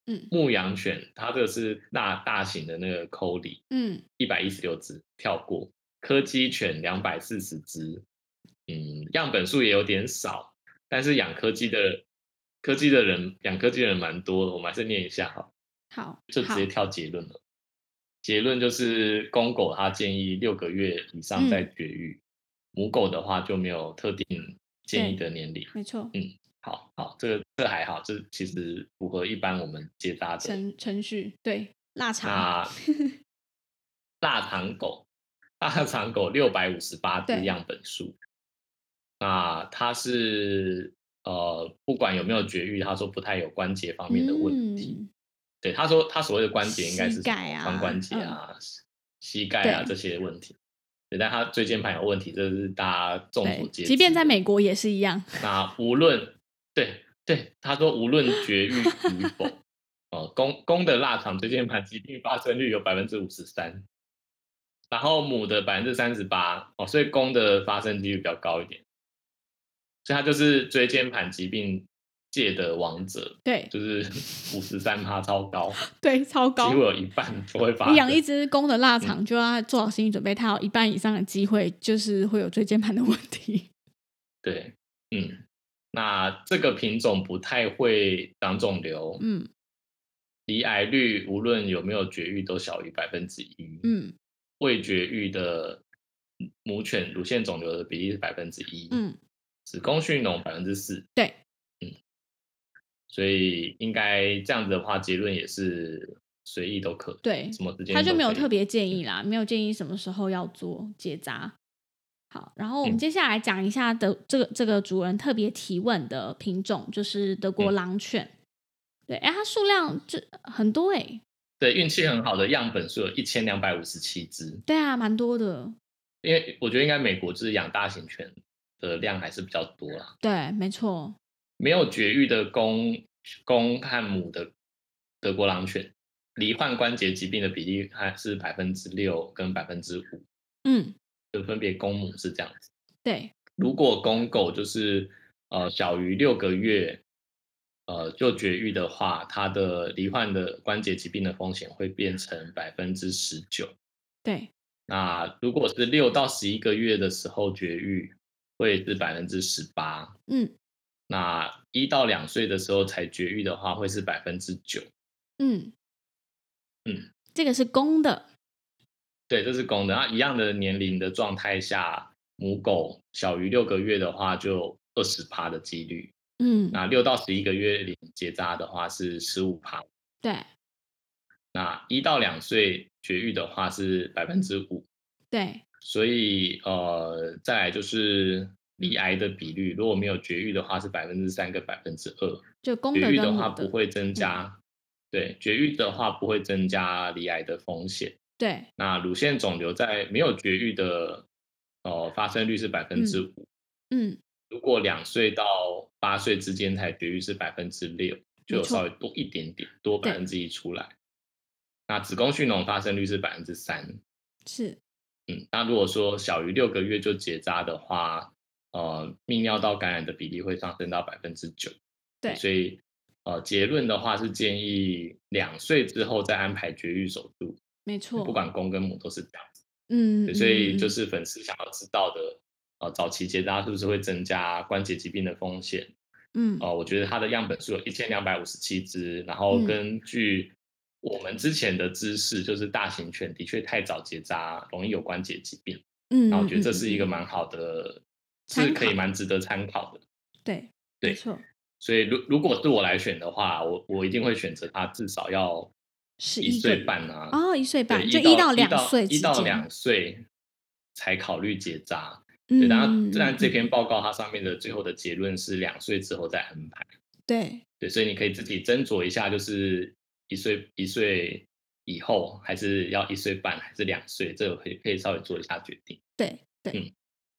A: 嗯
B: 牧羊犬，它这个是大大型的那个 c o l i
A: 嗯，
B: 一百一十六只跳过，柯基犬两百四十只，嗯，样本数也有点少，但是养柯基的柯基的人养柯基的人蛮多的，我们还是念一下哈，
A: 好，
B: 就直
A: 好
B: 接，跳结论了。结论就是公狗它建议六个月以上再
A: 嗯
B: 绝育，母狗的话就没有特定建议
A: 对
B: 的年龄。
A: 没错，
B: 好好，这个这还好，这其实符合一般我们接搭的
A: 程程序对，腊肠，
B: 那腊肠狗，腊肠狗六百五十八只
A: 对
B: 样本数，那它是呃，不管有没有绝育，他说不太有关节方面的问题。
A: 嗯，
B: 对，他说他所谓的关节应该是
A: 膝
B: 什么
A: 盖啊
B: 髋关节
A: 嗯
B: 啊、膝盖啊
A: 对
B: 这些问题。对，但他椎间盘有问题，这是大家众所
A: 对，
B: 皆知。
A: 即便在，美国也是一样。
B: 那无论对对，他说无论绝育与否，哦，公公的腊肠椎间盘疾病发生率有百分之五十三，然后母的百分之三十八，哦，所以公的发生几率比较高一点，所以它就是椎间盘疾病界的王者，
A: 对
B: 就是五十三趴超高，
A: 对，超
B: 几
A: 高
B: 乎。有一半都会发
A: 你养
B: 生
A: 一只公
B: 嗯
A: 的腊肠，就要做好心理准备，它有一半以上的机会就是会有椎间盘的问题。
B: 对，嗯，那这个品种不太会长肿瘤，
A: 嗯
B: 离癌率无论有没有绝育都小于百分之一，
A: 嗯
B: 未绝育的母犬乳腺肿瘤的比例是百分之一，，
A: 嗯，
B: 子宫蓄脓百分之四，
A: 对，
B: 嗯，所以应该这样子的话，结论也是随意都可以，
A: 对，
B: 什么之间
A: 他就没有特
B: 别
A: 别建
B: 嗯
A: 议啦，没有建议什么时候要做结扎。好，然后我们
B: 嗯
A: 接下来讲一下的、这个这个主人特别提问的品种，就是德国
B: 嗯
A: 狼犬。对，哎，它数量就很多哎、
B: 对运气很好的样本数有一千两百五十七只，
A: 对啊，蛮多的。
B: 因为我觉得应该美国就是养大型犬的量还是比较多啦。
A: 对，没错，
B: 没有绝育的公公和母的德国狼犬，罹患关节疾病的比例还是百分之六跟百分之五，
A: 嗯，
B: 就分别公母是这样子。
A: 对，
B: 如果公狗就是呃小于六个月，呃就绝育的话，它的罹患的关节疾病的风险会变成百分之十九。
A: 对，
B: 那如果是六到十一个月的时候绝育，会是百分之十八。
A: 嗯
B: 那一到两岁的时候才绝育的话，会是百分之九。
A: 嗯
B: 嗯，
A: 这个是公的，
B: 对，这是公的。那一样的年龄的状态下，母狗小于六个月的话，就二十趴的几率；
A: 嗯，
B: 那六到十一个月龄结扎的话是十五趴，
A: 对
B: 那一到两岁绝育的话是百分之五。
A: 对，
B: 所以呃，再来就是离癌的比率，如果没有绝育的话是百分之三跟百分之二，
A: 就公
B: 绝
A: 的
B: 育
A: 跟
B: 的
A: 母
B: 话不
A: 的，嗯
B: 会增加，对，绝育的话不会增加离癌的风险。
A: 对
B: 那乳腺肿瘤在没有绝育的，呃，发生率是百分之五。
A: 嗯，
B: 如果两岁到八岁之间才绝育是百分之六，就有
A: 错
B: 稍微多一点点，多
A: 对
B: 百分之一出来。那子宫蓄脓发生率是百分之三。
A: 是
B: 嗯，那如果说小于六个月就结扎的话，呃，泌尿道感染的比例会上升到百分之九。
A: 对
B: 所以呃，结论的话是建议两岁之后再安排绝育手术，
A: 没错，
B: 不管公跟母都是这样。
A: 嗯，嗯，
B: 对所以就
A: 嗯
B: 是粉丝想要知道的，呃，早期结扎是不是会增加关节疾病的风险？
A: 嗯，
B: 呃，我觉得它的样本数有一千两百五十七只，然后
A: 嗯
B: 根据我们之前的知识，就是大型犬的确太早结扎容易有关节疾病，
A: 嗯，
B: 那我觉得这
A: 嗯
B: 是一个
A: 嗯
B: 蛮好的，
A: 参
B: 是可以
A: 考
B: 蛮值得参考的。
A: 对，
B: 对
A: 没错，
B: 所以如如果是我来选的话，我我一定会选择它至少要
A: 十
B: 一
A: 一
B: 岁
A: 个
B: 半啊，
A: 哦，一岁
B: 对
A: 半，
B: 一
A: 就
B: 到
A: 到
B: 一
A: 两岁
B: 一
A: 之
B: 到
A: 间
B: 两岁才考虑结扎。对，
A: 嗯，
B: 然后当然这
A: 嗯
B: 篇报告它上面的最后的结论是两岁之后再安排。
A: 对
B: 对，所以你可以自己斟酌一下，就是一岁一岁以后，还是要一岁半，还是两岁，这个可以可以稍微做一下决定。
A: 对对
B: 嗯。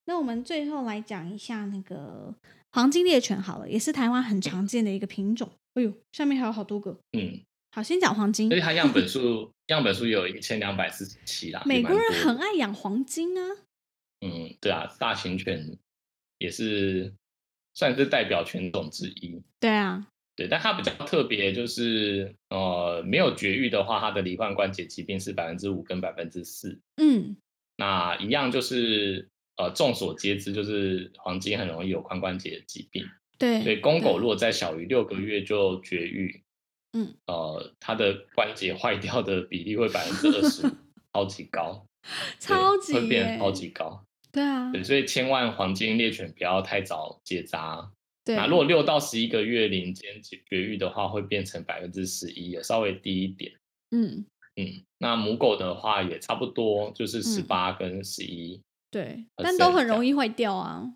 A: 那我们最后来讲一下那个黄金猎犬好了，也是台湾很常见的一个品种。哎呦，上面还有好多个。
B: 嗯，
A: 好，先讲黄金
B: 所。以它样本数样本数有一千两百四十七啦，也
A: 美
B: 蛮
A: 国人
B: 多
A: 很
B: 的
A: 爱养黄金啊，
B: 嗯，对啊，大型犬也是算是代表犬种之一。
A: 对啊，
B: 对，但它比较特别，就是呃，没有绝育的话，它的罹患关节疾病是百分之五跟百分之四。
A: 嗯，
B: 那一样就是呃，众所皆知，就是黄金很容易有髋关节疾病，
A: 对，
B: 所以公狗
A: 对
B: 如果在小于六个月就绝育，
A: 嗯，
B: 呃，它的关节坏掉的比例会百分之二 十五，超级高，对
A: 超级
B: 会变得
A: 耶
B: 超级高，
A: 对啊，
B: 对，所以千万黄金猎犬不要太早结扎。
A: 对，
B: 那如果六到十一个月龄间绝绝育的话，会变成百分之十一，也稍微低一点。
A: 嗯，
B: 嗯，那母狗的话也差不多，就是十
A: 嗯
B: 八跟十一、
A: 对，
B: 很
A: 但都
B: 省
A: 很
B: 这
A: 容
B: 样
A: 易坏掉啊。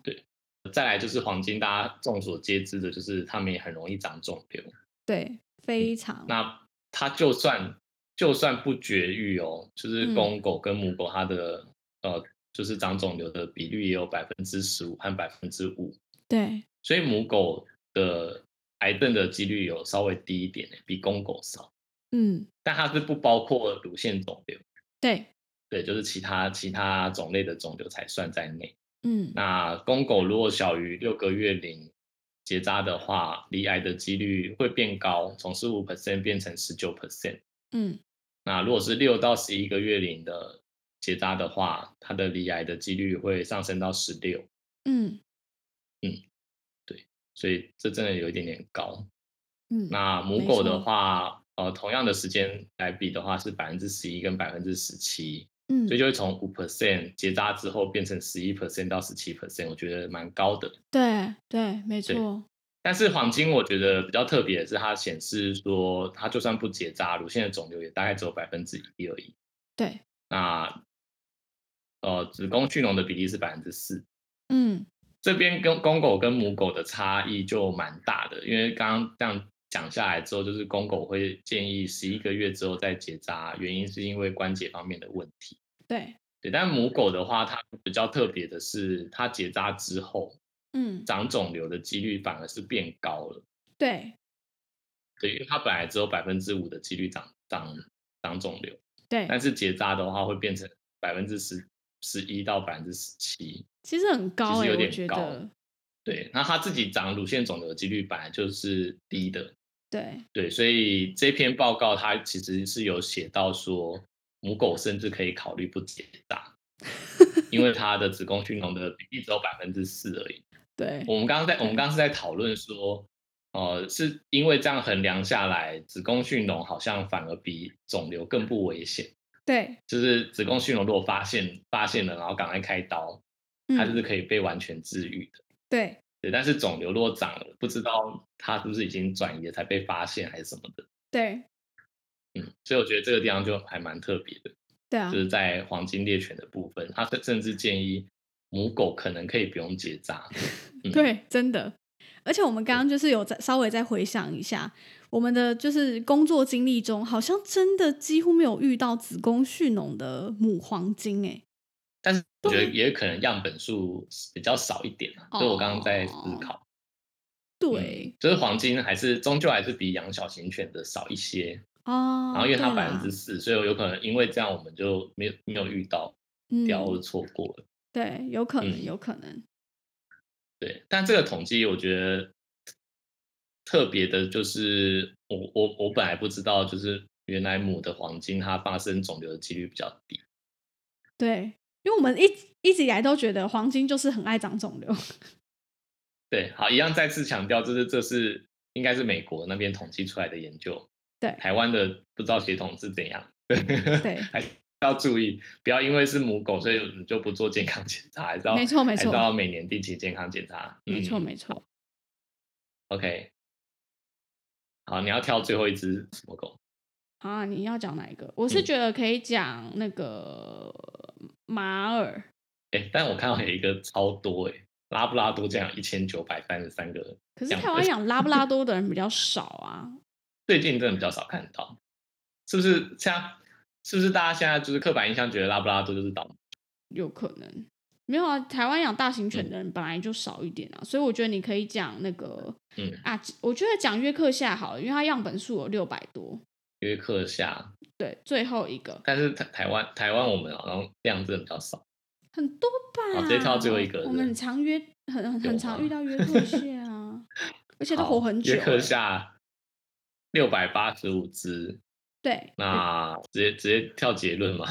B: 再来就是黄金，大家众所皆知的，就是它们也很容易长肿瘤。
A: 对，非常
B: 嗯那它就算就算不绝育哦，就是
A: 嗯
B: 公狗跟母狗，它的、呃就是长肿瘤的比率也有百分之十五和百分之五，
A: 对，
B: 所以母狗的癌症的几率有稍微低一点，欸比公狗少。
A: 嗯，
B: 但它是不包括乳腺肿瘤，
A: 对，
B: 对，就是其他其他种类的肿瘤才算在内。
A: 嗯，
B: 那公狗如果小于六个月龄结扎的话，离癌的几率会变高，从十五 percent 变成十九 percent。
A: 嗯，
B: 那如果是六到十一个月龄的结扎的话，它的离癌的几率会上升到十六，
A: 嗯，
B: 所以这真的有一点点高。
A: 嗯，
B: 那母
A: 没
B: 狗的
A: 错
B: 话，呃，同样的时间来比的话是百分之十一跟百分之十七，
A: 嗯
B: 所以，就会从五 percent 结扎之后变成十一 percent 到十七 percent，我觉得蛮高的。
A: 对对，没
B: 对
A: 错，
B: 但是黄金我觉得比较特别的是，它显示说，它就算不结扎，乳腺的肿瘤也大概只有百分之一而已。
A: 对，
B: 那呃，子宫蓄脓的比例是百分之四，
A: 嗯，
B: 这边跟公狗跟母狗的差异就蛮大的，因为刚刚这样讲下来之后，就是公狗会建议十一个月之后再结扎，原因是因为关节方面的问题。
A: 对，
B: 对，但母狗的话，它比较特别的是，它结扎之后
A: 嗯，
B: 长肿瘤的几率反而是变高了。
A: 对
B: 对，因为它本来只有百分之五的几率长长长肿瘤，
A: 对，
B: 但是结扎的话会变成百分之十十一到百分之十七。
A: 其实很高
B: 实
A: 哎、
B: 有
A: 我
B: 点
A: 觉
B: 高
A: 得，
B: 对，那它自己长乳腺肿瘤的几率本来就是低的，
A: 对，
B: 对，所以这篇报告它其实是有写到说，母狗甚至可以考虑不结扎，因为它的子宫蓄脓的比例只有百分之四而已。
A: 对，
B: 我们刚刚在我们刚刚是在讨论说，呃，是因为这样衡量下来，子宫蓄脓好像反而比肿瘤更不危险。
A: 对，
B: 就是子宫蓄脓如果发现发现了，然后赶快开刀，它就
A: 嗯，
B: 是可以被完全治愈的。
A: 对，
B: 对，但是肿瘤如果长了，不知道它是不是已经转移了才被发现还是什么的。
A: 对，
B: 嗯，所以我觉得这个地方就还蛮特别的，
A: 对啊
B: 就，是在黄金猎犬的部分，它甚甚至建议母狗可能可以不用结扎。嗯
A: 对，真的。而且我们刚刚就是有在稍微再回想一下，我们的就是工作经历中，好像真的几乎没有遇到子宫蓄脓的母黄金
B: 嗯
A: 哎、
B: 但是我觉得
A: 对
B: 也可能样本数比较少一点啊，所以我刚刚在思
A: 哦
B: 考，
A: 对、
B: 就是黄金还是终究还是比养小型犬的少一些，
A: 哦，
B: 然后因为它
A: 对
B: 百分
A: 啦
B: 之四，所以有可能因为这样我们就没有没有遇到掉或
A: 嗯，
B: 错过了。
A: 对，有可能，
B: 嗯
A: 有可能，
B: 对，但这个统计我觉得特别的，就是我我我本来不知道，就是原来母的黄金它发生肿瘤的几率比较低。
A: 对，因为我们一一直以来都觉得黄金就是很爱长肿瘤，
B: 对，好，一样再次强调，就是这是应该是美国那边统计出来的研究，
A: 对
B: 台湾的不知道血统是怎样，对，
A: 对，
B: 还是 要注意，不要因为是母狗，所以你就不做健康检查，还是要
A: 没错没
B: 还是
A: 错
B: 要每年定期健康检查，
A: 没错
B: 嗯
A: 没错。
B: ，OK，好，你要挑最后一只什么狗？
A: 啊，你要讲哪一个？我是
B: 嗯
A: 觉得可以讲那个马尔，
B: 哎、但我看到有一个超多哎、拉布拉多竟然有一千九百三十三个，
A: 可是台湾养拉布拉多的人比较少啊。
B: 最近真的比较少看到，是不是？像是不是大家现在就是刻板印象觉得拉布拉多就是倒霉？
A: 有可能没有啊。台湾养大型
B: 嗯
A: 犬的人本来就少一点啊，所以我觉得你可以讲那个
B: 嗯，
A: 啊，我觉得讲约克夏好了，因为它样本数有六百多。
B: 约克夏，
A: 对，最后一个
B: 但是台台湾台湾我们好像量真的比较少。
A: 很多吧，
B: 哦好直接跳到最后一个
A: 我
B: 是
A: 们
B: 不
A: 很
B: 是
A: 常约，很很
B: 有
A: 很常
B: 吗
A: 遇到约 克夏啊，而且都活
B: 好
A: 很久欸、
B: 约克夏六百八十五只，
A: 对，
B: 那
A: 嗯
B: 直接直接跳结论嘛？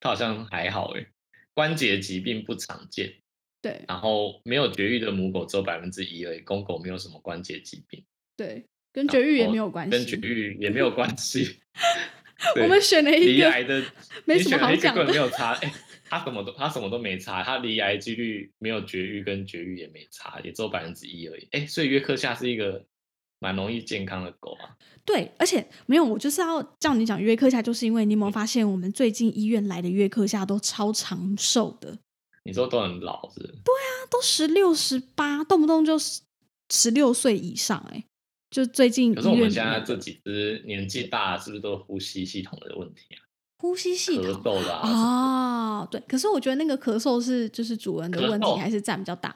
B: 它好像还好哎、关节疾病不常见，
A: 对
B: 然后没有绝育的母狗只有百分之一而已，公狗没有什么关节疾病。
A: 对，跟绝育也没有关
B: 哦跟绝
A: 系。。
B: 育也没有关系
A: 我们
B: 对
A: 选了一
B: 离
A: 个
B: 癌的
A: 没
B: 你
A: 什么
B: 选了
A: 好
B: 一个
A: 讲
B: 根
A: 的
B: 本没有差，哎、他什么都他什么都没差，他离癌几率没有绝育跟绝育也没差，也只有百分之一而已。哎、所以约克夏是一个蛮容易健康的狗啊。
A: 对，而且没有，我就是要叫你讲约克夏，就是因为
B: 嗯
A: 你有没有发现，我们最近医院来的约克夏都超长寿的，
B: 你说都很老是不是
A: 他都十六、十八，动不动就十六岁以上、哎，就最近
B: 可是
A: 医
B: 我
A: 院
B: 们
A: 里
B: 现在
A: 面
B: 这几只年纪大，是不是都呼吸系统的问题啊？
A: 呼吸系
B: 咳
A: 统
B: 嗽啦、啊
A: 哦，对，可是我觉得那个咳嗽是就是主人的
B: 咳
A: 问题，
B: 嗽
A: 还是占比较大。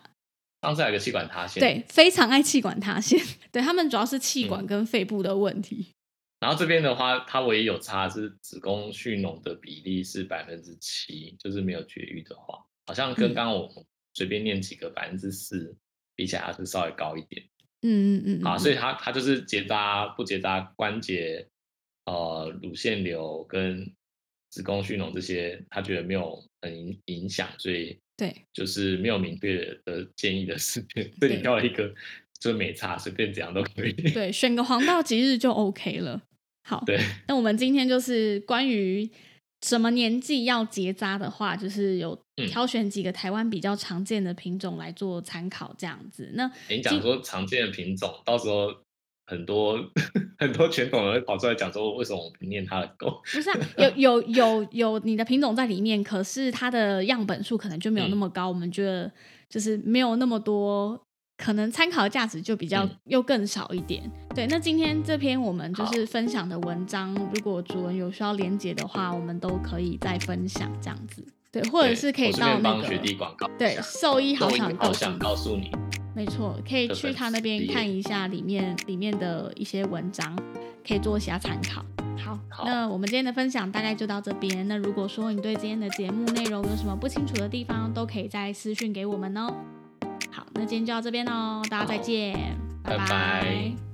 B: 上次还有个气管塌陷，
A: 对，非常爱气管塌陷， 对他们主要是气管
B: 嗯
A: 跟肺部的问题。
B: 然后这边的话，它唯一有差是子宫蓄脓的比例是百分之七，就是没有绝育的话，好像跟
A: 嗯
B: 刚刚我们随便念几个百分之四比起来，它是稍微高一点
A: 嗯嗯嗯，
B: 啊。
A: 嗯
B: 所以它它就是结扎不结扎关节，呃，乳腺瘤跟子宫蓄脓这些，他觉得没有很影影响，所以
A: 对
B: 就是没有明确的建议的事情。 这
A: 对
B: 里挑了一个就是没差，随便怎样都可以。
A: 对，选个黄道吉日就 OK 了。好，
B: 对，
A: 那我们今天就是关于什么年纪要结扎的话，就是有
B: 嗯
A: 挑选几个台湾比较常见的品种来做参考，这样子。那
B: 你讲说常见的品种，到时候很多很多犬种人会跑出来讲说，为什么我不念它的狗？
A: 不 是、啊、有有有有你的品种在里面，可是它的样本数可能就没有那
B: 嗯
A: 么高，我们觉得就是没有那么多。可能参考价值就比较
B: 嗯
A: 又更少一点。对，那今天这篇我们就
B: 好
A: 是分享的文章，如果主文有需要连接的话，我们都可以再分享这样子。对，或者
B: 对
A: 是可以
B: 我顺
A: 到
B: 便
A: 那
B: 帮
A: 个
B: 学弟广告一
A: 对
B: 下，
A: 兽医好
B: 兽医
A: 想告
B: 好
A: 诉
B: 想
A: 你
B: 告诉你，
A: 没错，可以
B: 的
A: 去
B: 粉
A: 他那边
B: 丝页
A: 看一下里面里面的一些文章，可以做一下参考。好，
B: 好
A: 那我们今天的分享大概就到这边。那如果说你对今天的节目内容有什么不清楚的地方，都可以再私哦讯给我们哦。好，那今天就到这边喽，大家再
B: 好
A: 见，拜
B: 拜拜